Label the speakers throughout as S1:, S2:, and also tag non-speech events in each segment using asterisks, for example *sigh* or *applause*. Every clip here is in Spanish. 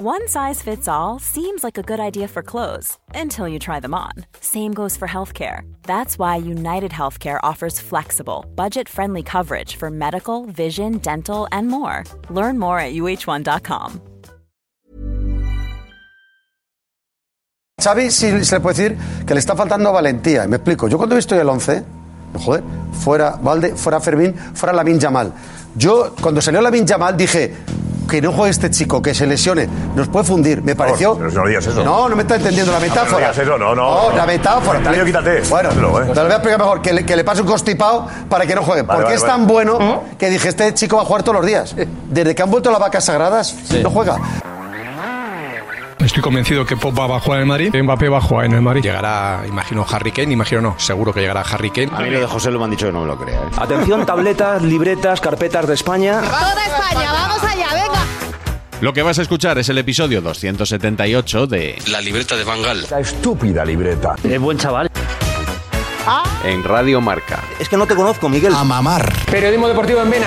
S1: One size fits all seems like a good idea for clothes until you try them on. Same goes for healthcare. That's why United Healthcare offers flexible, budget friendly coverage for medical, vision, dental, and more. Learn more at uh1.com.
S2: Xavi sí se le puede decir que le está faltando valentía. Y Me explico. Yo cuando he visto el 11, joder, fuera Valde, fuera Fermín, fuera Lamin Yamal. Yo cuando salió Lamin Yamal dije que no juegue este chico, que se lesione, nos puede fundir. Me pareció.
S3: pero no digas eso.
S2: No, no me está entendiendo la
S3: no
S2: metáfora.
S3: digas eso, no, no, no.
S2: la metáfora.
S3: Comentario, quítate.
S2: Bueno,
S3: Hazlo, eh.
S2: te lo voy a explicar mejor. Que le, que le pase un constipado para que no juegue.
S3: Vale,
S2: Porque
S3: vale,
S2: es
S3: vale.
S2: tan bueno
S4: ¿Eh?
S2: que dije, este chico va a jugar todos los días. Desde que han vuelto las vacas sagradas, no juega.
S5: Estoy convencido que Pop va a jugar en el Madrid, Mbappé va a jugar en el Madrid. Llegará, imagino, Harry Kane, imagino no, seguro que llegará Harry Kane.
S4: A mí lo de José lo me han dicho que no me lo crea. ¿eh?
S6: Atención, tabletas, libretas, carpetas de España.
S7: Toda España, vamos allá, venga.
S4: Lo que vas a escuchar es el episodio 278 de
S8: La libreta de Bangal.
S3: La estúpida libreta.
S6: Es buen chaval.
S4: En Radio Marca.
S6: Es que no te conozco, Miguel.
S9: Periodismo deportivo en Vena.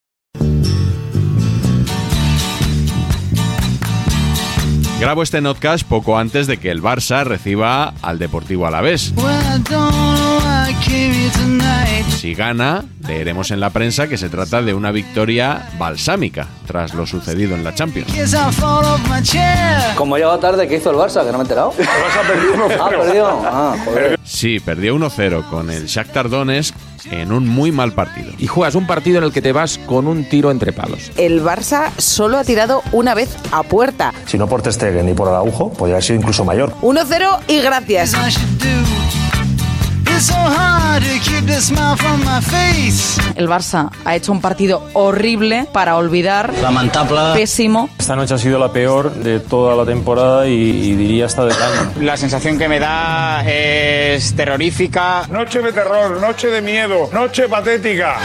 S4: Grabo este podcast poco antes de que el Barça reciba al Deportivo Alavés. Si gana, leeremos en la prensa que se trata de una victoria balsámica tras lo sucedido en la Champions.
S6: Como llegó tarde, ¿qué hizo el Barça? Que no me he enterado. El Barça perdió. Ah, perdió.
S10: *laughs*
S6: Ah, joder.
S4: Sí, perdió 1-0 con el Shakhtar Donetsk en un muy mal partido.
S6: Y juegas un partido en el que te vas con un tiro entre palos.
S7: El Barça solo ha tirado una vez a puerta.
S10: Si no por Testegen ni por Araujo, podría haber sido incluso mayor.
S7: 1-0 y gracias. El Barça ha hecho un partido horrible para olvidar,
S6: Lamentable.
S7: pésimo.
S10: Esta noche ha sido la peor de toda la temporada y, diría hasta del año.
S6: La sensación que me da es terrorífica.
S3: Noche de terror, noche de miedo, noche patética.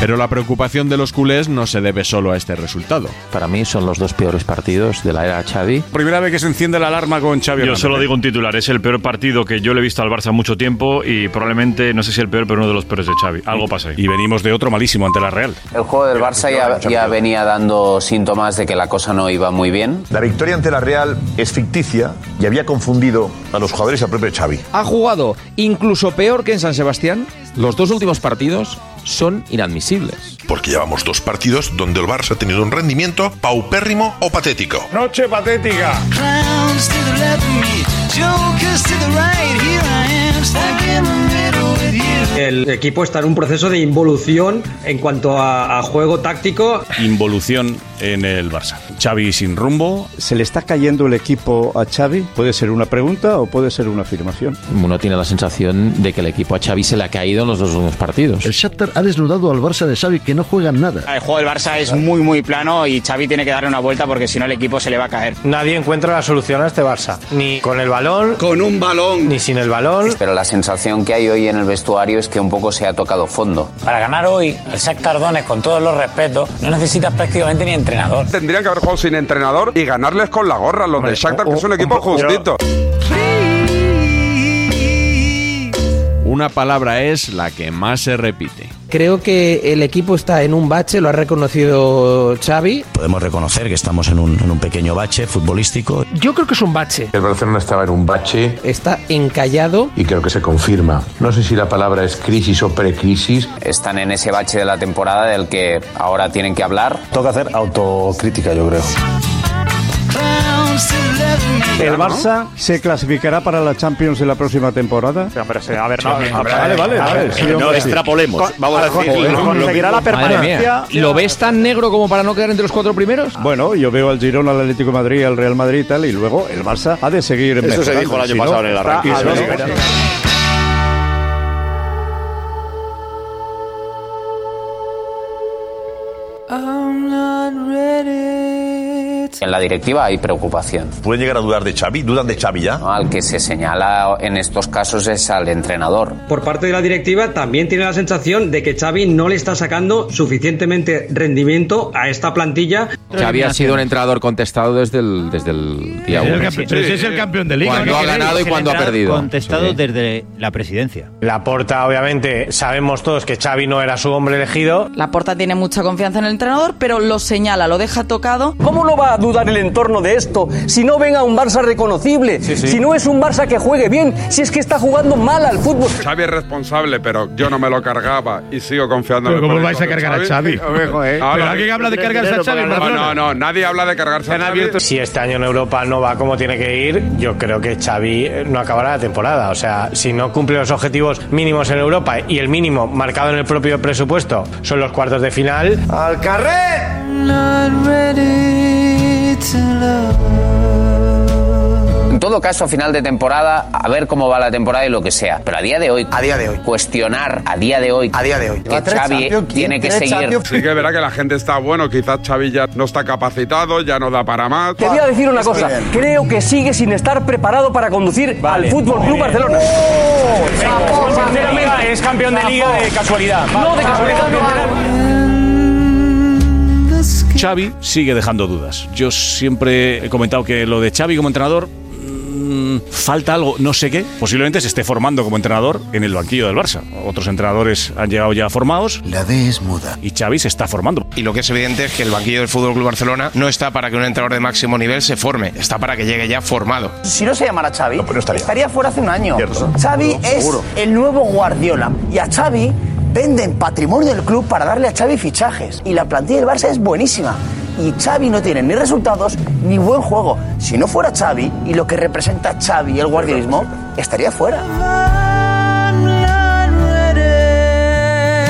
S4: Pero la preocupación de los culés no se debe solo a este resultado.
S6: Para mí son los dos peores partidos de la era Xavi.
S4: Primera vez que se enciende la alarma con Xavi.
S10: Yo solo digo un titular, es el peor partido que yo le he visto al Barça en mucho tiempo y probablemente, no sé si el peor, pero uno de los peores de Xavi. Algo pasa ahí.
S4: Y venimos de otro malísimo ante la Real.
S6: El juego del Barça ya, ya venía dando síntomas de que la cosa no iba muy bien.
S3: La victoria ante la Real es ficticia y había confundido a los jugadores y al propio Xavi.
S6: Ha jugado incluso peor que en San Sebastián. Los dos últimos partidos son inadmisibles.
S10: Porque llevamos dos partidos donde el Barça ha tenido un rendimiento paupérrimo o patético.
S3: Noche patética.
S6: El equipo está en un proceso de involución en cuanto a, juego táctico.
S10: Involución en el Barça. Xavi sin rumbo.
S5: ¿Se le está cayendo el equipo a Xavi? ¿Puede ser una pregunta o puede ser una afirmación?
S6: Uno tiene la sensación de que el equipo a Xavi se le ha caído en los dos últimos partidos.
S10: El Shakhtar ha desnudado al Barça de Xavi que no juegan nada.
S6: El juego del Barça es muy muy plano y Xavi tiene que darle una vuelta porque si no el equipo se le va a caer.
S10: Nadie encuentra la solución a este Barça. Ni con el balón,
S5: Con un balón.
S10: ni sin el balón.
S6: Pero la sensación que hay hoy en el vestuario es que un poco se ha tocado fondo.
S10: Para ganar hoy, el Shakhtar Donetsk, con todos los respetos, no necesitas prácticamente ni entrenador.
S5: Tendrían que haber jugado sin entrenador y ganarles con la gorra los del Shakhtar,
S10: oh,
S5: que es un equipo justito.
S4: Una palabra es la que más se repite.
S6: Creo que el equipo está en un bache, lo ha reconocido Xavi.
S10: Podemos reconocer que estamos en un, en un pequeño bache futbolístico.
S6: Yo creo que es un bache.
S10: El Barcelona estaba en un bache
S6: Está encallado.
S10: y creo que se confirma. No sé si la palabra es crisis o precrisis.
S6: Están en ese bache de la temporada del que ahora tienen que hablar.
S10: Toca hacer autocrítica, yo creo.
S11: ¿El Barça se clasificará para la Champions de la próxima temporada?
S12: A ver,
S11: no, no, vale, vale, vale. Sí,
S12: no
S11: hombre.
S12: extrapolemos.
S11: Con-
S12: Vamos a
S11: con-
S12: decir.
S11: con-
S12: lo-
S11: conseguirá la
S13: Madre mía.
S11: permanencia.
S13: ¿Lo ves tan negro como para no quedar entre los cuatro primeros?
S11: Bueno, yo veo al Girón, al Atlético de Madrid, al Real Madrid y tal, y luego el Barça ha de seguir
S12: Eso se
S11: mejorando,
S12: dijo el año
S11: si no,
S12: pasado en el
S11: está
S12: arranque,
S11: a
S12: se
S11: dos
S12: dijo.
S11: goles.
S14: En la directiva hay preocupación. ¿Pueden llegar a dudar de Xavi? ¿Dudan de Xavi ya? al que se señala en estos casos es al entrenador.
S15: Por parte de la directiva también tiene la sensación de que Xavi no le está sacando suficientemente rendimiento a esta plantilla.
S3: Xavi ha sido un entrenador contestado desde el, desde el día
S16: Es el
S3: uno.
S16: campeón- pero ese es el campeón de liga.
S3: Cuando
S16: ¿no?
S3: ha
S16: Que
S3: ganado y
S16: es el
S3: cuando ha
S16: entrenador
S3: perdido.
S16: Contestado
S3: Sí.
S16: desde la presidencia.
S10: eh, La porta, obviamente, sabemos todos que Xavi no era su hombre elegido.
S7: La Porta tiene mucha confianza en el entrenador, pero lo señala, lo deja tocado.
S17: ¿Cómo no va a dudar el entorno de esto si no ven a un Barça reconocible? Si no es un Barça que juegue bien, si es que está jugando mal al fútbol.
S18: Xavi es responsable, pero yo no me lo cargaba y sigo confiando
S16: Pero
S18: en el
S16: ¿cómo
S18: proyecto
S16: vais a
S18: de
S16: cargar a Xavi? Hombre, joder. Pero alguien habla de cargarse a Xavi en
S18: No,
S16: Barcelona.
S18: no, no, nadie habla de cargarse a Xavi.
S10: *laughs* Si este año en Europa no va como tiene que ir, yo creo que Xavi eh, no acabará la temporada. O sea, si no cumple los objetivos mínimos en Europa y el mínimo marcado en el propio presupuesto son los cuartos de final. ¡Al carrer!
S14: En todo caso, a final de temporada, a ver cómo va la temporada y lo que sea. Pero a día de hoy, a día de hoy, cuestionar a día de hoy, a día de hoy, que Xavi tiene que seguir.
S18: Sí que verá que la gente está bueno, quizás Xavi ya no está capacitado, ya no da para más.
S17: Te voy a decir una cosa, creo que sigue sin estar preparado para conducir al Fútbol Club Barcelona.
S10: Es campeón de liga de casualidad.
S17: No, de casualidad
S5: Xavi sigue dejando dudas. Yo siempre he comentado que lo de Xavi como entrenador mm, falta algo, no sé qué. Posiblemente se esté formando como entrenador en el banquillo del Barça. Otros entrenadores han llegado ya formados. La D es muda. Y Xavi se está formando.
S19: Y lo que es evidente es que el banquillo del Fútbol Club Barcelona no está para que un entrenador de máximo nivel se forme, está para que llegue ya formado.
S6: Si no se llamara Xavi, estaría. fuera hace un año.
S19: Cierto.
S6: Xavi
S19: Seguro,
S6: es
S19: seguro.
S6: el nuevo Guardiola. Y a Xavi venden patrimonio del club para darle a Xavi fichajes. Y la plantilla del Barça es buenísima. Y Xavi no tiene ni resultados ni buen juego. Si no fuera Xavi y lo que representa Xavi y el guardiolismo, estaría fuera.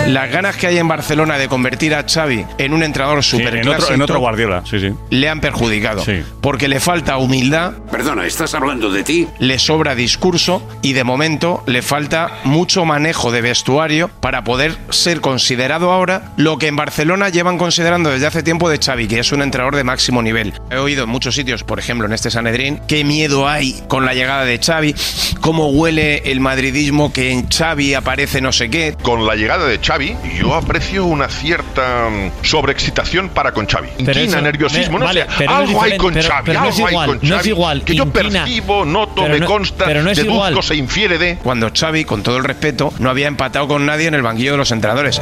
S19: Las ganas que hay en Barcelona de convertir a Xavi en un entrenador super
S5: En otro, en otro Guardiola. Sí, sí.
S19: le han perjudicado, porque le falta humildad,
S20: Perdona, ¿estás hablando de ti?
S19: le sobra discurso y de momento le falta mucho manejo de vestuario para poder ser considerado ahora lo que en Barcelona llevan considerando desde hace tiempo de Xavi, que es un entrenador de máximo nivel. He oído en muchos sitios, por ejemplo en este Sanedrín, qué miedo hay con la llegada de Xavi, cómo huele el madridismo que en Xavi aparece no sé qué.
S2: Con la llegada de Xavi, yo aprecio una cierta mm, sobreexcitación para con Xavi.
S19: Pero
S2: Inquina,
S19: eso-
S2: nerviosismo,
S19: me-
S2: no
S19: vale,
S2: sé,
S19: pero no es
S2: algo hay
S19: diferente,
S2: con
S19: pero-
S2: Xavi,
S19: pero no
S2: algo
S19: es
S2: hay
S19: igual,
S2: con Xavi
S19: no es igual,
S2: que yo
S19: inquina.
S2: percibo, noto,
S19: Pero
S2: me
S19: no-
S2: consta,
S19: pero no es
S2: deduzco,
S19: igual.
S2: se infiere de...
S19: Cuando Xavi, con todo el respeto, no había empatado con nadie en el banquillo de los entrenadores.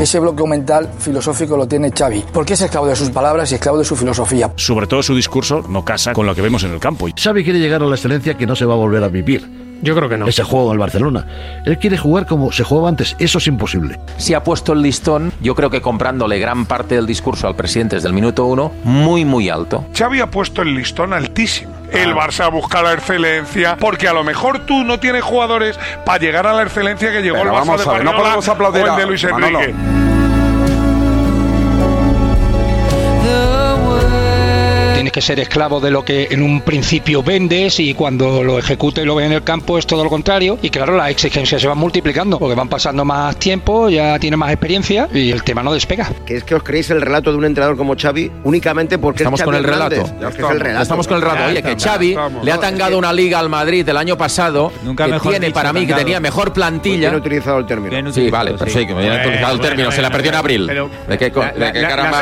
S21: Ese bloqueo mental filosófico lo tiene Xavi, porque es esclavo de sus palabras y esclavo de su filosofía.
S5: Sobre todo su discurso no casa con lo que vemos en el campo.
S22: Xavi quiere llegar a la excelencia que no se va a volver a vivir. Yo creo que no. Ese juego al Barcelona. Él quiere jugar como se jugaba antes. Eso es imposible.
S3: Si ha puesto el listón, yo creo que comprándole gran parte del discurso al presidente desde el minuto uno, muy, muy alto.
S23: Xavi ha puesto el listón altísimo.
S16: Ah.
S23: El Barça busca la excelencia porque a lo mejor tú no tienes jugadores para llegar a la excelencia que llegó
S18: Pero
S23: el Barça
S18: vamos
S23: de
S18: a ver, no
S23: Guardiola
S18: podemos aplaudir
S23: o el
S18: a
S23: de Luis Enrique.
S18: Manolo.
S24: Tienes que ser esclavo de lo que en un principio vendes y cuando lo ejecutas y lo ves en el campo es todo lo contrario. Y claro, las exigencias se van multiplicando porque van pasando más tiempo, ya tienes más experiencia y el tema no despega.
S25: Que es que os creéis el relato de un entrenador como Xavi únicamente porque
S3: Estamos
S25: es Xavi
S3: con el
S25: Hernández.
S3: relato.
S25: Es que es el relato.
S3: Estamos con el relato. Oye, que Xavi le ha tangado una liga al Madrid el año pasado. que
S25: mejor
S3: tiene
S25: dicho,
S3: para mí, que
S25: tangado.
S3: tenía mejor plantilla.
S25: Bien utilizado el término.
S3: Sí, vale, perfecto. Me habían actualizado el término. se la perdió en abril. ¿De qué, co- de qué caramba?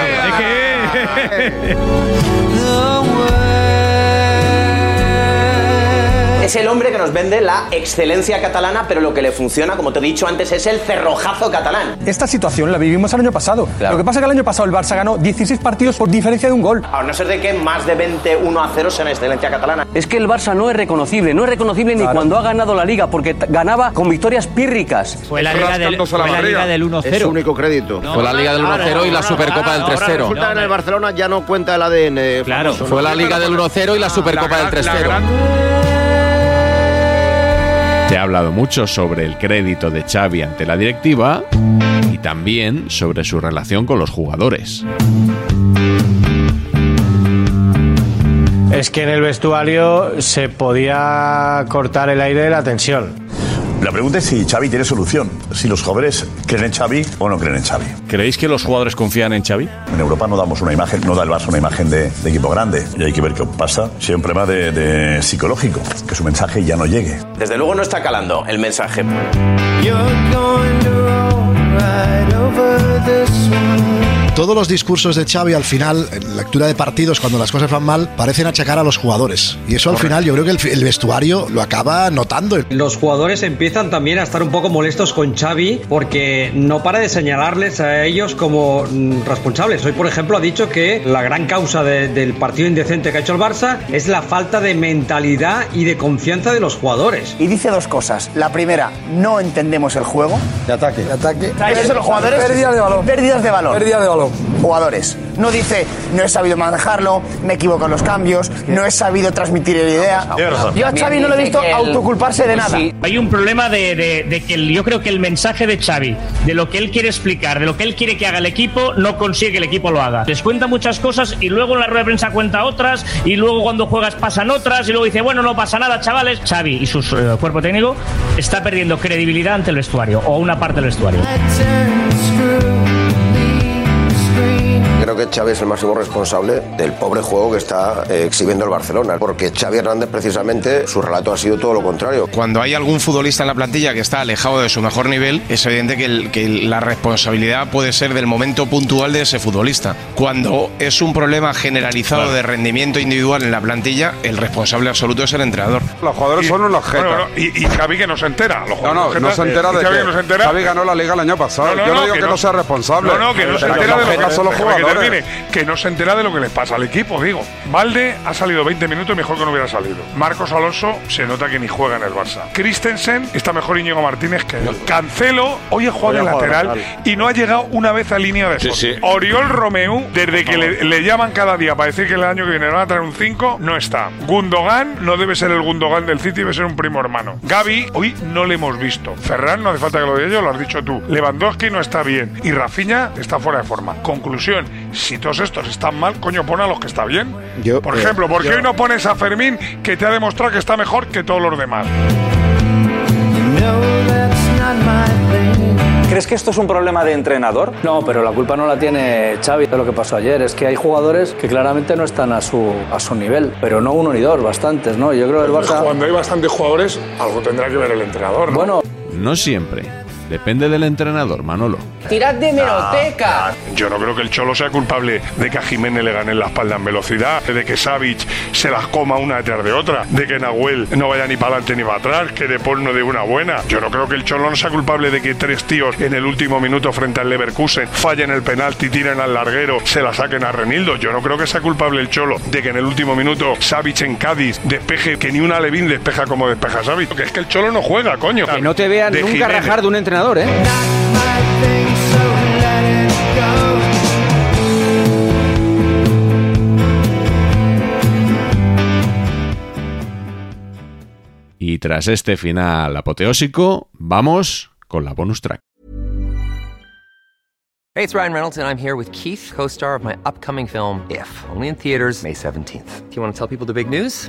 S6: Es el hombre que nos vende la excelencia catalana, pero lo que le funciona, como te he dicho antes, es el cerrojazo catalán.
S26: Esta situación la vivimos el año pasado. Lo que pasa es que el año pasado el Barça ganó 16 partidos por diferencia de un gol.
S6: A no ser de que más de 21 a 0 sea en excelencia catalana.
S26: Es que el Barça no es reconocible, no es reconocible ni cuando ha ganado la liga, porque t- ganaba con victorias pírricas.
S27: Fue la liga del,
S3: rascándose la
S27: fue la
S3: barriga.
S27: liga del 1-0.
S3: Es su único crédito.
S27: No, Fue la liga del ahora, 1-0 y la ahora, Supercopa ahora, del 3-0.
S3: Ahora resulta que en el Barcelona ya no cuenta el ADN. Claro,
S28: Fue la Liga del 1-0 y la Ah, Supercopa del 3-0.
S4: Se ha hablado mucho sobre el crédito de Xavi ante la directiva y también sobre su relación con los jugadores.
S10: Es que en el vestuario se podía cortar el aire de la tensión.
S23: La pregunta es si Xavi tiene solución, si los jóvenes creen en Xavi o no creen en Xavi.
S5: ¿Creéis que los jugadores confían en Xavi?
S23: En Europa no damos una imagen, no da el Barça una imagen de, de equipo grande y hay que ver qué pasa. Si hay un problema de, de psicológico, que su mensaje ya no llegue.
S6: Desde luego no está calando el mensaje. Todos los discursos de Xavi al final, en lectura de partidos, cuando las cosas van mal, parecen achacar a los jugadores. Y eso al final yo creo que el, el vestuario lo acaba notando.
S15: Los jugadores empiezan también a estar un poco molestos con Xavi porque no para de señalarles a ellos como mm, responsables. Hoy, por ejemplo, ha dicho que la gran causa de- del partido indecente que ha hecho el Barça es la falta de mentalidad y de confianza de los jugadores.
S29: Y dice dos cosas. La primera, no entendemos el juego.
S30: De ataque.
S29: De ataque.
S30: Eso, los jugadores-
S29: Pérdidas de balón. Pérdidas de balón.
S30: Pérdida de balón.
S29: Jugadores. No dice, no he sabido manejarlo, me equivoco en los cambios, no he sabido transmitir la idea.
S30: Tienes razón.
S29: Yo a Xavi no lo he visto autoculparse de nada.
S27: Hay un problema de, de- de que el- yo creo que el mensaje de Xavi, de lo que él quiere explicar, de lo que él quiere que haga el equipo, no consigue que el equipo lo haga. Les cuenta muchas cosas y luego en la rueda de prensa cuenta otras y luego cuando juegas pasan otras y luego dice, bueno, no pasa nada, chavales. Xavi y su eh, cuerpo técnico está perdiendo credibilidad ante el vestuario o una parte del vestuario.
S31: Creo que Xavi es el máximo responsable del pobre juego que está eh, exhibiendo el Barcelona, porque Xavi Hernández precisamente su relato ha sido todo lo contrario.
S19: Cuando hay algún futbolista en la plantilla que está alejado de su mejor nivel, es evidente que, el- que la responsabilidad puede ser del momento puntual de ese futbolista. Cuando es un problema generalizado de rendimiento individual en la plantilla, el responsable absoluto es el entrenador.
S23: Los jugadores son unos
S19: jetas.
S23: Bueno, no, y, y Xavi que no se entera. Los No,
S19: jugadores
S23: no,
S19: eh, objetos.
S23: no se entera Y de Xavi que que no se entera. Xavi ganó la liga el año pasado. No, no, Yo no no, digo que, que no, no. sea responsable. No, no, que no se Pero entera de los lo que objetos pasa a los déjame que jugadores. termine, que no se entera de lo que les pasa al equipo, digo. Valde ha salido 20 minutos mejor que no hubiera salido. Marcos Alonso se nota que ni juega en el Barça. Christensen está mejor Íñigo Martínez que él. Cancelo hoy ha jugado
S18: Hoy
S23: de
S18: ha jugado
S23: lateral
S18: lateral.
S23: y no ha llegado una vez a línea de
S18: Sí,
S23: fondo.
S18: sí.
S23: Oriol Romeu, desde que le, le llaman cada día para decir que el año que viene le van a traer un 5, no está. Gundogan no debe ser el Gundogan del City, debe ser un primo hermano. Gaby, hoy no le hemos visto. Ferran, no hace falta que lo diga yo, lo has dicho tú. Lewandowski no está bien. Y Rafinha está fuera de forma. Conclusión, si todos estos están mal, coño, pon a los que está bien.
S32: Yo,
S23: Por
S32: eh,
S23: ejemplo, ¿por qué
S32: yo-
S23: hoy no pones a Fermín que te ha demostrado que está mejor que todos los demás?
S26: ¿Crees que esto es un problema de entrenador? No, pero la culpa no la tiene Xavi de lo que pasó ayer. Es que hay jugadores que claramente no están a su, a su nivel, pero no uno ni dos, bastantes, ¿no? Yo creo que el Barça...
S18: Cuando hay bastantes jugadores, algo tendrá que ver el entrenador. ¿no?
S26: Bueno,
S4: No siempre. Depende del entrenador, Manolo.
S6: Tirad de meroteca.
S18: Yo no creo que el Cholo sea culpable de que a Jiménez le ganen la espalda en velocidad, de que Savic se las coma una detrás de otra, de que Nahuel no vaya ni para adelante ni para atrás, que De Paul no dé una buena. Yo no creo que el Cholo no sea culpable de que tres tíos en el último minuto frente al Leverkusen fallen el penalti, tiren al larguero, se la saquen a Renildo. Yo no creo que sea culpable el Cholo de que en el último minuto Savic en Cádiz despeje, que ni una Levín despeja como despeja Savic. Que es que el Cholo no juega, coño.
S33: Que no te vean
S23: De
S33: nunca
S23: Jiménez.
S33: rajar de un entrenador, ¿eh?
S4: Y tras este final apoteósico, vamos con la bonus track.
S9: Hey, it's Ryan Reynolds, and I'm here with Keith, co star of my upcoming film, If, only in theaters, May 17th. Do you want to tell people the big news?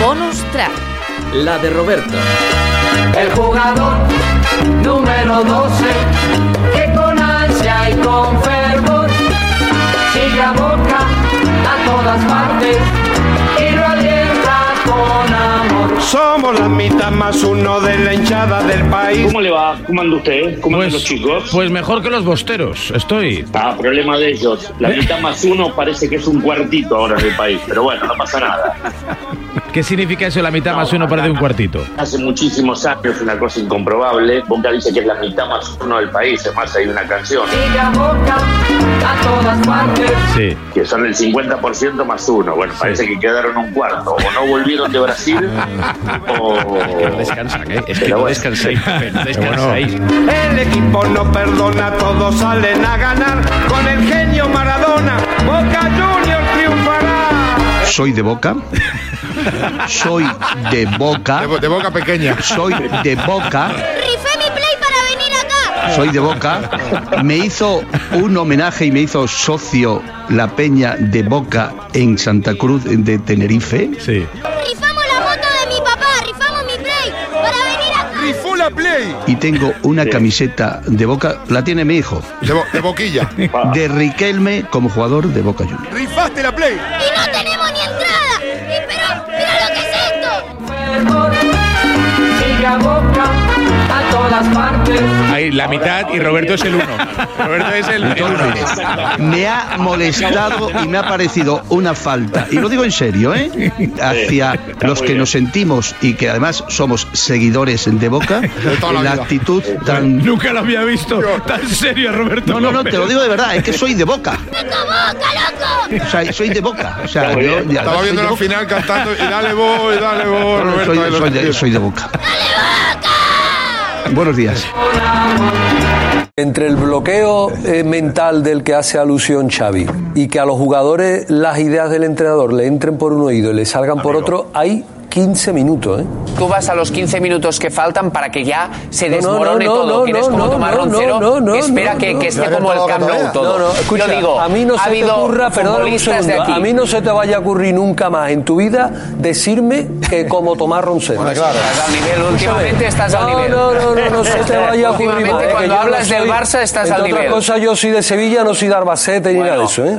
S14: Bonus track. la de Roberto. El jugador número 12, que con ansia y con fervor sigue a boca a todas partes y lo alienta con amor.
S6: Somos la mitad más uno de la hinchada del país. ¿Cómo le va? ¿Cómo anda usted? eh? ¿Cómo andan los chicos?
S10: Pues mejor que los bosteros, estoy.
S6: Ah, problema de ellos. La mitad más uno parece que es un cuartito ahora en el país. Pero bueno, no pasa nada.
S10: ¿Qué significa eso? La mitad más uno para de un cuartito.
S6: Hace muchísimos años una cosa incomprobable. Boca dice que es la mitad más uno del país. Además hay una canción.
S14: Sigue a boca a todas partes.
S10: Sí.
S6: Que son el 50% más uno. Bueno, parece que quedaron un cuarto. O no volvieron de Brasil o...
S10: Descansan, ¿eh? Es que
S6: Oh. Pero
S10: no
S6: bueno. *laughs*
S10: descansáis. no descansáis.
S6: El equipo no perdona, todos salen a ganar. Con el genio Maradona, Boca Juniors triunfará.
S5: Soy de boca. Soy de boca. De, boca pequeña. Soy de boca.
S34: Rifé mi play para venir acá.
S5: Soy de boca. Me hizo un homenaje y me hizo socio la peña de boca en Santa Cruz de Tenerife. Sí.
S34: Rifamos la moto de mi papá, rifamos mi play para venir acá. Rifó la play.
S5: Y tengo una camiseta de boca. La tiene mi hijo. De, boquilla. De Riquelme como jugador de Boca Juniors.
S34: Rifaste la play. Y no tenemos ni entrada. Y pero, mira lo que es esto.
S14: Sigue a boca a todas partes.
S2: Ahí, la mitad y Roberto es el uno. Roberto es el, el uno.
S5: Me ha molestado y me ha parecido una falta, y lo digo en serio, ¿eh? hacia los que nos sentimos y que además somos seguidores de Boca,
S2: toda la
S5: la
S2: vida.
S5: actitud tan...
S2: Nunca lo había visto tan serio, Roberto.
S5: No, no, no, te lo digo de verdad, es que soy de Boca.
S34: loco!
S5: O sea, soy de Boca. O sea,
S2: Está muy
S5: yo-
S2: bien.
S5: ya,
S2: Estaba
S5: soy
S2: viendo
S5: de
S2: la
S5: Boca.
S2: final cantando y dale voy, dale
S5: *laughs*
S2: voy,
S5: No, no,
S2: Roberto,
S5: soy,
S2: ahí lo
S5: soy de,
S2: tienes.
S5: soy de Boca. Buenos días.
S26: Entre el bloqueo eh, mental del que hace alusión Xavi y que a los jugadores las ideas del entrenador le entren por un oído y le salgan por otro, hay 15 minutos. ¿eh?
S3: Tú vas a los 15 minutos que faltan para que ya se
S26: No, no,
S3: desmorone
S26: no, no,
S3: todo,
S26: no,
S3: que ves
S26: no,
S3: como
S26: no,
S3: tomar
S26: no,
S3: roncero,
S26: no, no,
S3: que espera
S26: no,
S3: que,
S26: no.
S3: que esté
S26: Ya que
S3: como el
S26: todo
S3: Camp Nou
S26: todavía.
S3: todo.
S26: No, no, escucha,
S3: Yo digo,
S26: a mí no
S3: ha
S26: se te
S3: habido
S26: ocurra, perdona un
S3: futbolistas de
S26: segundo,
S3: aquí.
S26: a mí no se te vaya a ocurrir nunca más en tu vida decirme que como tomar roncero.
S3: Estás al nivel, últimamente estás al
S26: No,
S3: nivel.
S26: no, no, no, no se te vaya a ocurrir
S3: Últimamente
S26: más, eh, que
S3: cuando
S26: yo no
S3: hablas del
S26: soy-
S3: Barça estás
S26: entre
S3: al nivel.
S26: otras cosas, yo soy de Sevilla, no soy de Albacete ni nada de eso, ¿eh?